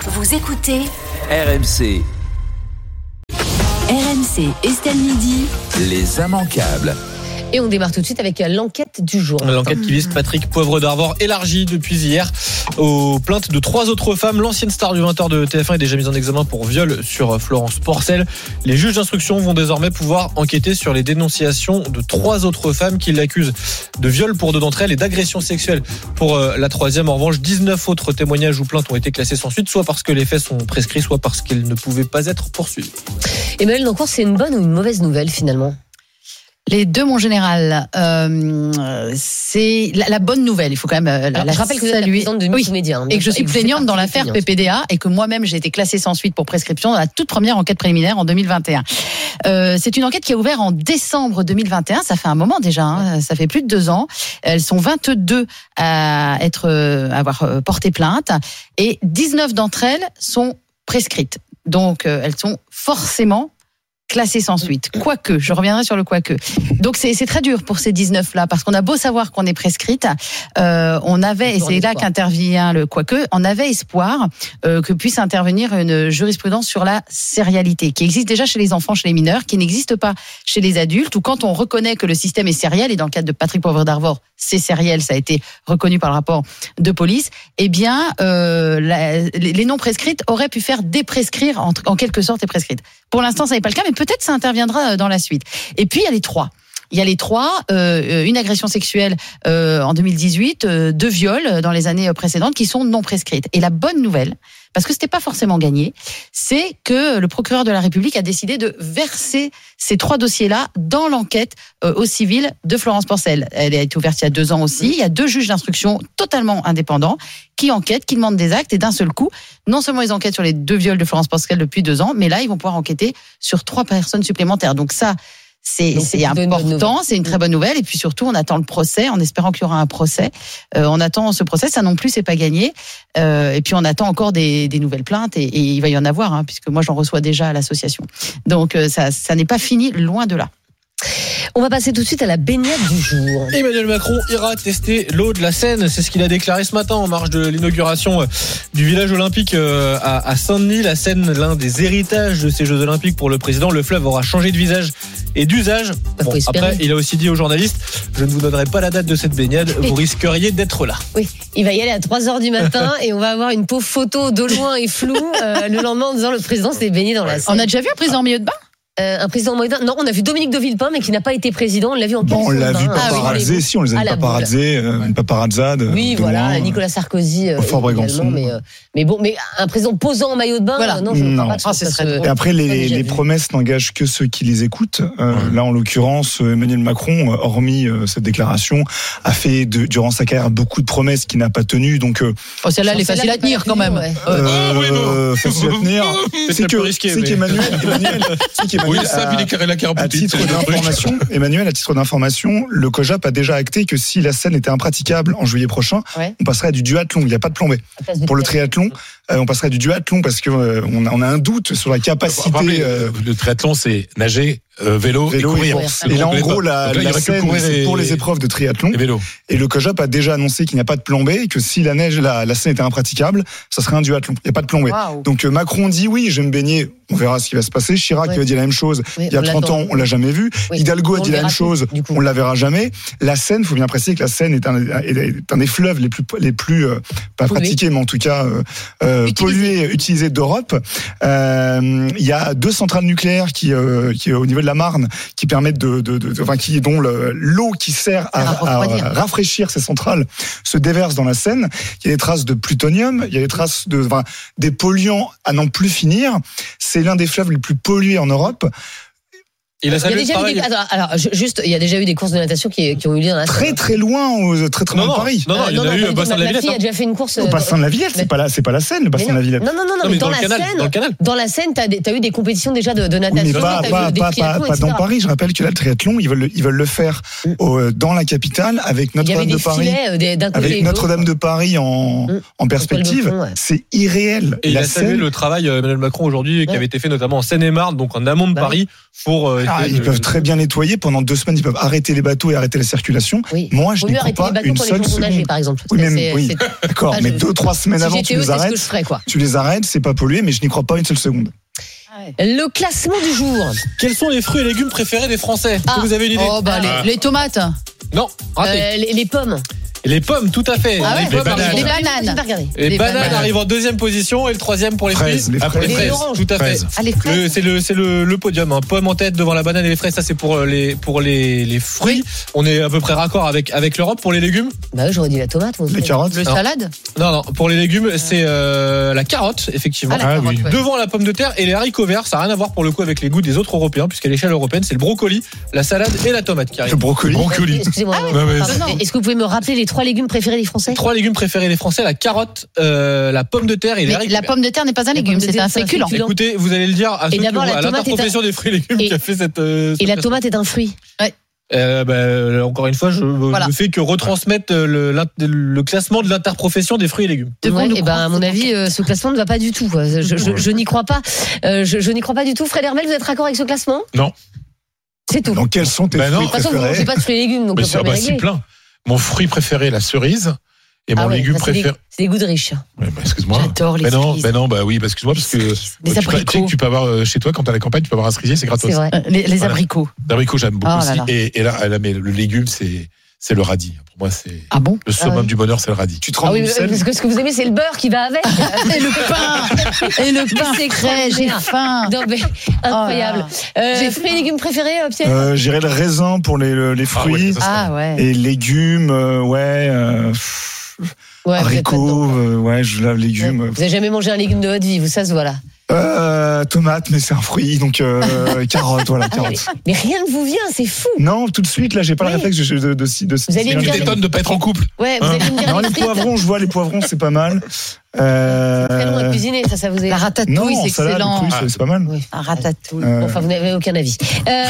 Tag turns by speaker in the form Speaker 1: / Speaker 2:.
Speaker 1: Vous écoutez
Speaker 2: RMC,
Speaker 1: RMC Estelle Midi.
Speaker 2: les immanquables.
Speaker 3: Et on démarre tout de suite avec euh, l'enquête du jour.
Speaker 4: L'enquête qui vise Patrick Poivre d'Arvor élargie depuis hier aux plaintes de trois autres femmes. L'ancienne star du 20h de TF1 est déjà mise en examen pour viol sur euh, Florence Porcel. Les juges d'instruction vont désormais pouvoir enquêter sur les dénonciations de trois autres femmes qui l'accusent de viol pour deux d'entre elles et d'agression sexuelle pour euh, la troisième. En revanche, 19 autres témoignages ou plaintes ont été classés sans suite, soit parce que les faits sont prescrits, soit parce qu'ils ne pouvaient pas être poursuivis.
Speaker 3: Emmanuel Dancourt, c'est une bonne ou une mauvaise nouvelle finalement
Speaker 5: Les deux, mon général. Euh, c'est la, la bonne nouvelle. Il faut quand même euh, la,
Speaker 3: Alors,
Speaker 5: la
Speaker 3: Je rappelle que vous êtes la
Speaker 5: saluer.
Speaker 3: présidente de
Speaker 5: Oui.
Speaker 3: Mix Média. hein, bien
Speaker 5: Et que je
Speaker 3: sûr.
Speaker 5: suis
Speaker 3: vous faites
Speaker 5: plaignante
Speaker 3: partie
Speaker 5: dans
Speaker 3: des
Speaker 5: l'affaire
Speaker 3: plaignantes.
Speaker 5: PPDA et que moi-même j'ai été classée sans suite pour prescription dans la toute première enquête préliminaire en 2021. Euh, c'est une enquête qui a ouvert en décembre 2021. Ça fait un moment déjà. hein. Ça fait plus de deux ans. Elles sont 22 à être, euh, à avoir euh, porté plainte et 19 d'entre elles sont prescrites. Donc euh, elles sont forcément classées sans suite. Quoique, je reviendrai sur le quoique. Donc c'est c'est très dur pour ces 19-là, parce qu'on a beau savoir qu'on est prescrite, euh, on avait, et
Speaker 3: Toujours
Speaker 5: c'est là
Speaker 3: l'espoir.
Speaker 5: qu'intervient le quoique, on avait espoir euh, que puisse intervenir une jurisprudence sur la sérialité, qui existe déjà chez les enfants, chez les mineurs, qui n'existe pas chez les adultes, ou quand on reconnaît que le système est sériel, et dans le cadre de Patrick Poivre d'Arvor, c'est sériel, ça a été reconnu par le rapport de police, eh bien, euh, la- les les non prescrites auraient pu faire déprescrire, en, en quelque sorte, les prescrites. Pour l'instant, ça n'est pas le cas, mais peut-être ça interviendra euh, dans la suite. Et puis, il y a les trois. Il y a les trois, euh, une agression sexuelle euh, en 2018, euh, deux viols euh, dans les années euh, précédentes qui sont non prescrites. Et la bonne nouvelle, parce que c'était pas forcément gagné, c'est que le procureur de la République a décidé de verser ces trois dossiers-là dans l'enquête euh, au civil de Florence Porcel. Elle a été ouverte il y a deux ans aussi. Il y a deux juges d'instruction totalement indépendants qui enquêtent, qui demandent des actes et d'un seul coup, non seulement ils enquêtent sur les deux viols de Florence Porcel depuis deux ans, mais là ils vont pouvoir enquêter sur trois personnes supplémentaires. Donc ça, c'est
Speaker 3: Donc, c'est
Speaker 5: c'est
Speaker 3: une bonne
Speaker 5: important, c'est une très bonne nouvelle. Et puis surtout, on attend le procès, en espérant qu'il y aura un procès. Euh, on attend ce procès, ça non plus, c'est pas gagné. Euh, et puis on attend encore des, des nouvelles plaintes et, et il va y en avoir, hein, puisque moi j'en reçois déjà à l'association. Donc euh, ça, ça n'est pas fini, loin de là.
Speaker 3: On va passer tout de suite à la baignade du jour.
Speaker 4: Emmanuel Macron ira tester l'eau de la Seine. C'est ce qu'il a déclaré ce matin en marge de l'inauguration euh, du village olympique euh, à à Saint-Denis. La Seine, l'un des héritages de ces Jeux olympiques pour le président. Le fleuve aura changé de visage et d'usage.
Speaker 3: Bah, faut espérer.
Speaker 4: après, il a aussi dit aux journalistes, je ne vous donnerai pas la date de cette baignade, vous risqueriez d'être là.
Speaker 3: Oui, il va y aller à 3h du matin et on va avoir une pauvre photo de loin et floue euh, le lendemain en disant le président s'est baigné dans la Seine.
Speaker 5: On a déjà vu un président en milieu de bain
Speaker 3: Euh, un président moyen. Non, on a vu Dominique de Villepin, mais qui n'a pas été président. On l'a vu en
Speaker 6: Bon, on
Speaker 3: caleçon de
Speaker 6: l'a
Speaker 3: bain.
Speaker 6: vu
Speaker 3: Ah oui,
Speaker 6: paparazzé, si, on les
Speaker 3: à
Speaker 6: a
Speaker 3: la
Speaker 6: vus paparazzés, euh, une paparazzade.
Speaker 3: Oui,
Speaker 6: de
Speaker 3: voilà,
Speaker 6: loin.
Speaker 3: Nicolas Sarkozy euh,
Speaker 6: Fort
Speaker 3: également,
Speaker 6: Brégançon.
Speaker 3: mais, euh, mais bon, mais un président posant en maillot de bain,
Speaker 5: Voilà.
Speaker 3: euh, non, je ne crois
Speaker 6: Non.
Speaker 3: pas que ça
Speaker 5: Ah, ce
Speaker 3: se-
Speaker 5: serait drôle.
Speaker 6: Et après,
Speaker 3: Pas
Speaker 6: les,
Speaker 3: déjà
Speaker 6: les
Speaker 3: vu.
Speaker 6: promesses n'engagent que ceux qui les écoutent. Euh, Là, en l'occurrence, euh, Emmanuel Macron, euh, hormis euh, cette déclaration, a fait de- durant sa carrière beaucoup de promesses qu'il n'a pas tenues. Donc, euh,
Speaker 5: oh, Celle-là, elle est
Speaker 3: Celle-là,
Speaker 5: facile à
Speaker 3: c'est pas
Speaker 5: tenir
Speaker 3: la
Speaker 5: quand
Speaker 3: plus,
Speaker 5: même.
Speaker 3: ouais.
Speaker 5: Euh,
Speaker 3: ah
Speaker 7: Oh, oui, non.
Speaker 6: euh, facile à tenir.
Speaker 4: la
Speaker 6: C'est
Speaker 4: plus
Speaker 6: que
Speaker 4: risquée,
Speaker 6: c'est
Speaker 4: mais-
Speaker 6: qu'Emmanuel, Emmanuel, c'est
Speaker 7: Oui,
Speaker 6: qu'Emmanuel
Speaker 7: ça,
Speaker 6: a-
Speaker 7: puis les carrés la
Speaker 6: À titre d'information, Emmanuel, à titre d'information, le COJAP a déjà acté que si la scène était impraticable en juillet prochain,
Speaker 3: Ouais.
Speaker 6: on passerait à du duathlon. Il n'y a pas de plan B.
Speaker 3: à place de
Speaker 6: Pour le
Speaker 3: Pierre.
Speaker 6: triathlon, euh, on passerait à du duathlon parce que euh, on, a, on a un doute sur la capacité. euh,
Speaker 7: Le triathlon, c'est nager, euh, vélo,
Speaker 6: vélo
Speaker 7: et courir.
Speaker 6: course. Et là, en gros, la,
Speaker 7: Donc là, il
Speaker 6: la
Speaker 7: y aura que
Speaker 6: scène,
Speaker 7: courir
Speaker 6: c'est
Speaker 7: et- Eh ben-
Speaker 6: pour les épreuves de triathlon.
Speaker 7: Et vélo.
Speaker 6: Et le COJAP a déjà annoncé qu'il n'y a pas de plan B et que si la neige, la, la scène était impraticable, ça serait un duathlon. Il n'y a pas de plan B.
Speaker 5: Waouh.
Speaker 6: Donc euh, Macron dit oui, je vais me baigner, on verra ce qui va se passer. Chirac
Speaker 3: Ouais.
Speaker 6: qui a dit la même chose
Speaker 3: Oui,
Speaker 6: il y a
Speaker 3: on
Speaker 6: 30
Speaker 3: l'attend.
Speaker 6: ans, on l'a jamais vu.
Speaker 3: Oui.
Speaker 6: Hidalgo a
Speaker 3: On
Speaker 6: dit
Speaker 3: le
Speaker 6: la
Speaker 3: verra
Speaker 6: même
Speaker 3: plus,
Speaker 6: chose,
Speaker 3: du coup.
Speaker 6: on la verra jamais. La Seine, faut bien préciser que la Seine est un, est un des fleuves les plus, les plus euh, pas
Speaker 3: Pollués.
Speaker 6: pratiqués, mais en tout cas euh, euh, pollués, utilisés d'Europe. Euh, Il y a deux centrales nucléaires qui, euh, qui euh, au niveau de la Marne, qui permettent de, de, de- de- enfin, qui, dont le- l'eau qui sert à,
Speaker 5: Sert à
Speaker 6: à
Speaker 5: refroidir.
Speaker 6: rafraîchir ces centrales se déverse dans la Seine. Il y a des traces de plutonium, il y a des traces de, enfin, des polluants à n'en plus finir. C'est l'un des fleuves les plus pollués en Europe.
Speaker 4: Il
Speaker 3: Il
Speaker 4: a
Speaker 3: y a
Speaker 4: salué le
Speaker 3: déjà eu
Speaker 4: travail.
Speaker 3: des... Attends, alors, ju- juste, il y a déjà eu des courses de natation qui, qui ont eu lieu dans la
Speaker 6: très
Speaker 3: Seine.
Speaker 6: très loin, au- très très
Speaker 4: Non,
Speaker 6: loin
Speaker 4: non,
Speaker 6: de ah, Paris.
Speaker 4: non, non,
Speaker 3: Euh,
Speaker 4: il y en a eu
Speaker 3: pas
Speaker 4: au
Speaker 3: du tout.
Speaker 4: bassin de la
Speaker 3: Ma
Speaker 4: Villette.
Speaker 3: fille a
Speaker 4: hein.
Speaker 3: déjà fait une course. euh,
Speaker 6: Au bassin de la Villette,
Speaker 3: Mais-
Speaker 6: c'est pas là, c'est pas la Seine, le
Speaker 3: Mais
Speaker 6: bassin de la Villette.
Speaker 3: Non, non, non, non,
Speaker 4: Non,
Speaker 3: mais
Speaker 4: mais
Speaker 3: dans,
Speaker 4: le
Speaker 3: la
Speaker 4: canal,
Speaker 3: Seine,
Speaker 4: dans le canal.
Speaker 3: dans la Seine, t'as des- t'as eu des compétitions déjà de, de
Speaker 6: Oui,
Speaker 3: natation,
Speaker 6: mais pas,
Speaker 3: Ah, t'as eu
Speaker 6: pas,
Speaker 3: des
Speaker 6: pas, pas,
Speaker 3: triathlons,
Speaker 6: pas dans
Speaker 3: etc.
Speaker 6: Paris. Je rappelle que là, le triathlon, ils veulent, le- ils veulent le faire
Speaker 3: Mm.
Speaker 6: au- euh, dans la capitale avec
Speaker 3: Il y avait
Speaker 6: Notre-Dame
Speaker 3: des
Speaker 6: de Paris.
Speaker 3: filets euh, des- d'un côté et
Speaker 6: Avec
Speaker 3: de l'autre.
Speaker 6: Notre-Dame de Paris en,
Speaker 3: Mm.
Speaker 6: en perspective,
Speaker 3: Antoine Lefond, ouais.
Speaker 6: c'est irréel.
Speaker 4: Et il
Speaker 6: la
Speaker 4: a salué
Speaker 6: Seine,
Speaker 4: le travail euh, Emmanuel Macron aujourd'hui qui
Speaker 3: Ouais.
Speaker 4: avait été fait notamment en Seine-et-Marne, donc en amont de
Speaker 3: Bah
Speaker 4: Paris, pour euh,
Speaker 6: Ah, Ah, ils peuvent très bien nettoyer pendant deux semaines. Ils peuvent arrêter les bateaux et arrêter la circulation.
Speaker 3: Oui.
Speaker 6: Moi, je
Speaker 3: Vaut
Speaker 6: n'y
Speaker 3: mieux
Speaker 6: crois
Speaker 3: arrêter les
Speaker 6: pas
Speaker 3: bateaux
Speaker 6: une
Speaker 3: pour les
Speaker 6: seule
Speaker 3: gens nager,
Speaker 6: seconde.
Speaker 3: par exemple.
Speaker 6: Oui,
Speaker 3: Ça,
Speaker 6: mais
Speaker 3: c'est-
Speaker 6: oui,
Speaker 3: c'est-
Speaker 6: d'accord.
Speaker 3: Ah,
Speaker 6: Mais
Speaker 3: je-
Speaker 6: deux, trois semaines
Speaker 3: Si
Speaker 6: avant,
Speaker 3: j'étais
Speaker 6: tu
Speaker 3: eux,
Speaker 6: les
Speaker 3: c'est ce que
Speaker 6: arrêtes.
Speaker 3: je ferais, quoi.
Speaker 6: Tu les arrêtes, c'est pas pollué, mais je n'y crois pas une seule seconde.
Speaker 3: Le classement du jour.
Speaker 4: Quels sont les fruits et légumes préférés des Français Est-ce que
Speaker 5: Ah.
Speaker 4: Vous avez une idée
Speaker 5: Oh, bah,
Speaker 7: Ah.
Speaker 5: les, les tomates.
Speaker 4: Non, raté.
Speaker 3: Euh, les, les pommes.
Speaker 4: Les pommes, tout à fait.
Speaker 5: Ah ouais,
Speaker 4: les, pommes
Speaker 7: bananes.
Speaker 4: arrivent-
Speaker 5: Les
Speaker 3: J'ai pas
Speaker 5: bananes.
Speaker 3: regardé.
Speaker 4: les
Speaker 5: les
Speaker 4: bananes,
Speaker 5: bananes.
Speaker 4: arrivent en deuxième position et le troisième pour les
Speaker 6: Fraises,
Speaker 4: fruits.
Speaker 6: les
Speaker 4: Ah, pour
Speaker 6: fraises.
Speaker 4: les
Speaker 3: Les
Speaker 4: fraises,
Speaker 3: oranges.
Speaker 4: tout à fait.
Speaker 7: Fraises.
Speaker 5: Ah, les
Speaker 4: Le-
Speaker 5: fraises.
Speaker 4: C'est le, c'est le, le podium. Hein. Pomme en tête devant la banane et les fraises. Ça, c'est pour euh, les, pour les, les fruits. On est à peu près raccord avec, avec l'Europe. Pour les légumes
Speaker 3: Bah, oui, j'aurais dit la tomate. moi.
Speaker 6: Les carottes.
Speaker 5: Le
Speaker 4: Non.
Speaker 5: salade.
Speaker 4: Non, non. Pour les légumes, c'est euh, la carotte, effectivement.
Speaker 5: Ah, la
Speaker 7: Ah,
Speaker 5: carotte,
Speaker 7: oui.
Speaker 5: ouais.
Speaker 4: Devant la pomme de terre et les haricots verts, ça n'a rien à voir pour le coup avec les goûts des autres Européens, puisqu'à l'échelle européenne, c'est le brocoli, la salade et la tomate qui
Speaker 3: Ah,
Speaker 6: Le
Speaker 4: arrivent.
Speaker 6: brocoli.
Speaker 7: Brocoli.
Speaker 3: Euh, Excusez-moi.
Speaker 5: Ah,
Speaker 3: non,
Speaker 7: ouais, ouais,
Speaker 3: pardon.
Speaker 5: c'est- non.
Speaker 3: Est-ce que vous pouvez me rappeler les trois légumes préférés des Français
Speaker 4: Trois légumes préférés des Français la carotte, euh, la pomme de terre et les
Speaker 5: Mais
Speaker 4: haricots
Speaker 5: la
Speaker 4: verts.
Speaker 5: pomme de terre n'est pas
Speaker 3: La
Speaker 5: un légume,
Speaker 3: pomme de
Speaker 5: c'est
Speaker 3: terre,
Speaker 5: un
Speaker 3: c'est un
Speaker 5: féculent.
Speaker 3: féculent.
Speaker 4: Écoutez, vous allez le dire à ceux qui
Speaker 3: d'abord,
Speaker 4: vont
Speaker 3: la
Speaker 4: à
Speaker 3: tomate est
Speaker 4: l'interprofession des fruits et légumes
Speaker 3: Et-
Speaker 4: qui a fait cette. euh,
Speaker 3: Et la
Speaker 4: cette-
Speaker 3: tomate est un fruit.
Speaker 4: Euh, bah, euh, encore une fois, je
Speaker 5: Voilà.
Speaker 4: ne fais que retransmettre euh, le, l'int- le classement de l'interprofession des fruits et légumes.
Speaker 5: Devons
Speaker 3: Ouais,
Speaker 5: nous
Speaker 3: et ben,
Speaker 5: croire,
Speaker 3: à mon
Speaker 5: c'est
Speaker 3: avis, euh, ce classement ne va pas du tout. quoi. Je, je- je- je n'y crois pas. Euh, je je n'y crois pas du tout. Fred Hermel, vous êtes raccord avec ce classement
Speaker 7: Non.
Speaker 3: C'est tout.
Speaker 6: Dans quels sont tes
Speaker 7: Bah non.
Speaker 6: fruits
Speaker 3: de toute façon, vous ne
Speaker 6: préférés
Speaker 3: mangez pas de fruits et légumes, donc
Speaker 7: Mais
Speaker 3: le
Speaker 7: c'est ah
Speaker 3: problème
Speaker 7: bah,
Speaker 3: est
Speaker 7: c'est
Speaker 3: réglé.
Speaker 7: plein. Mon fruit préféré, la cerise. Et mon
Speaker 3: Ah ouais,
Speaker 7: légume
Speaker 3: ça, c'est des-
Speaker 7: préféré.
Speaker 3: C'est des goûts de riches. hein.
Speaker 7: Ouais, bah, excuse-moi.
Speaker 5: J'adore les
Speaker 7: Bah non,
Speaker 5: cerises.
Speaker 7: bah non, bah oui, bah excuse-moi, parce que euh,
Speaker 5: Des
Speaker 7: tu, peux, tu sais
Speaker 5: abricots.
Speaker 7: que tu peux avoir euh, chez toi, quand t'as la campagne, tu peux avoir un cerisier, c'est
Speaker 3: C'est
Speaker 7: gratos.
Speaker 3: vrai.
Speaker 5: Euh, Les, les
Speaker 7: Voilà.
Speaker 5: abricots.
Speaker 7: L'abricot, j'aime beaucoup
Speaker 5: Ah là
Speaker 7: aussi.
Speaker 5: là.
Speaker 7: Et, et là, là, mais le légume, c'est c'est le radis. Pour moi, c'est
Speaker 5: Ah bon
Speaker 7: le summum
Speaker 3: oui.
Speaker 7: du bonheur, c'est le radis.
Speaker 6: Tu te
Speaker 3: Ah
Speaker 6: rends
Speaker 3: oui,
Speaker 6: une
Speaker 3: mais-
Speaker 6: selle
Speaker 3: parce que ce que vous aimez, c'est le beurre qui va avec.
Speaker 5: Et le pain Et le pain
Speaker 3: c'est
Speaker 5: frais, j'ai
Speaker 3: extraordinaire.
Speaker 5: faim
Speaker 3: Non, mais, incroyable. Euh,
Speaker 5: J'ai
Speaker 3: fruits et légumes préférés, euh, Pierre
Speaker 6: Euh, J'irais le raisin pour les, le- les
Speaker 7: Ah ouais,
Speaker 6: fruits
Speaker 7: ça, c'est-
Speaker 5: Ah ouais.
Speaker 6: et légumes, euh, ouais, euh, pff,
Speaker 3: Ouais, vous êtes pas dedans.
Speaker 6: haricots, euh, ouais, je lave légumes.
Speaker 3: Vous n'avez jamais mangé un légume de votre vie, vous, ça se voit là.
Speaker 6: Euh, tomate, mais c'est un fruit, donc euh, carotte, voilà, carotte.
Speaker 3: Mais rien ne vous vient, c'est fou.
Speaker 6: Non, tout de suite, là, j'ai pas le
Speaker 3: Ah, Oui.
Speaker 6: réflexe de de, de, de, de
Speaker 3: Vous allez me
Speaker 7: Tu
Speaker 3: dire-
Speaker 7: t'étonnes de pas être en couple.
Speaker 3: Ouais, vous
Speaker 7: Hein
Speaker 3: allez me dire
Speaker 6: Non,
Speaker 3: les
Speaker 6: les
Speaker 3: frites,
Speaker 6: poivrons, je vois les poivrons, c'est pas mal.
Speaker 3: très long à
Speaker 6: Euh...
Speaker 3: cuisiner, ça, ça vous est.
Speaker 5: La
Speaker 6: Non,
Speaker 5: ratatouille, c'est
Speaker 6: ça, là, le
Speaker 5: excellent.
Speaker 3: Ah.
Speaker 6: truc, c'est- c'est pas mal.
Speaker 5: Un ratatouille.
Speaker 6: Euh,
Speaker 3: Bon, Enfin, vous n'avez aucun avis. Euh,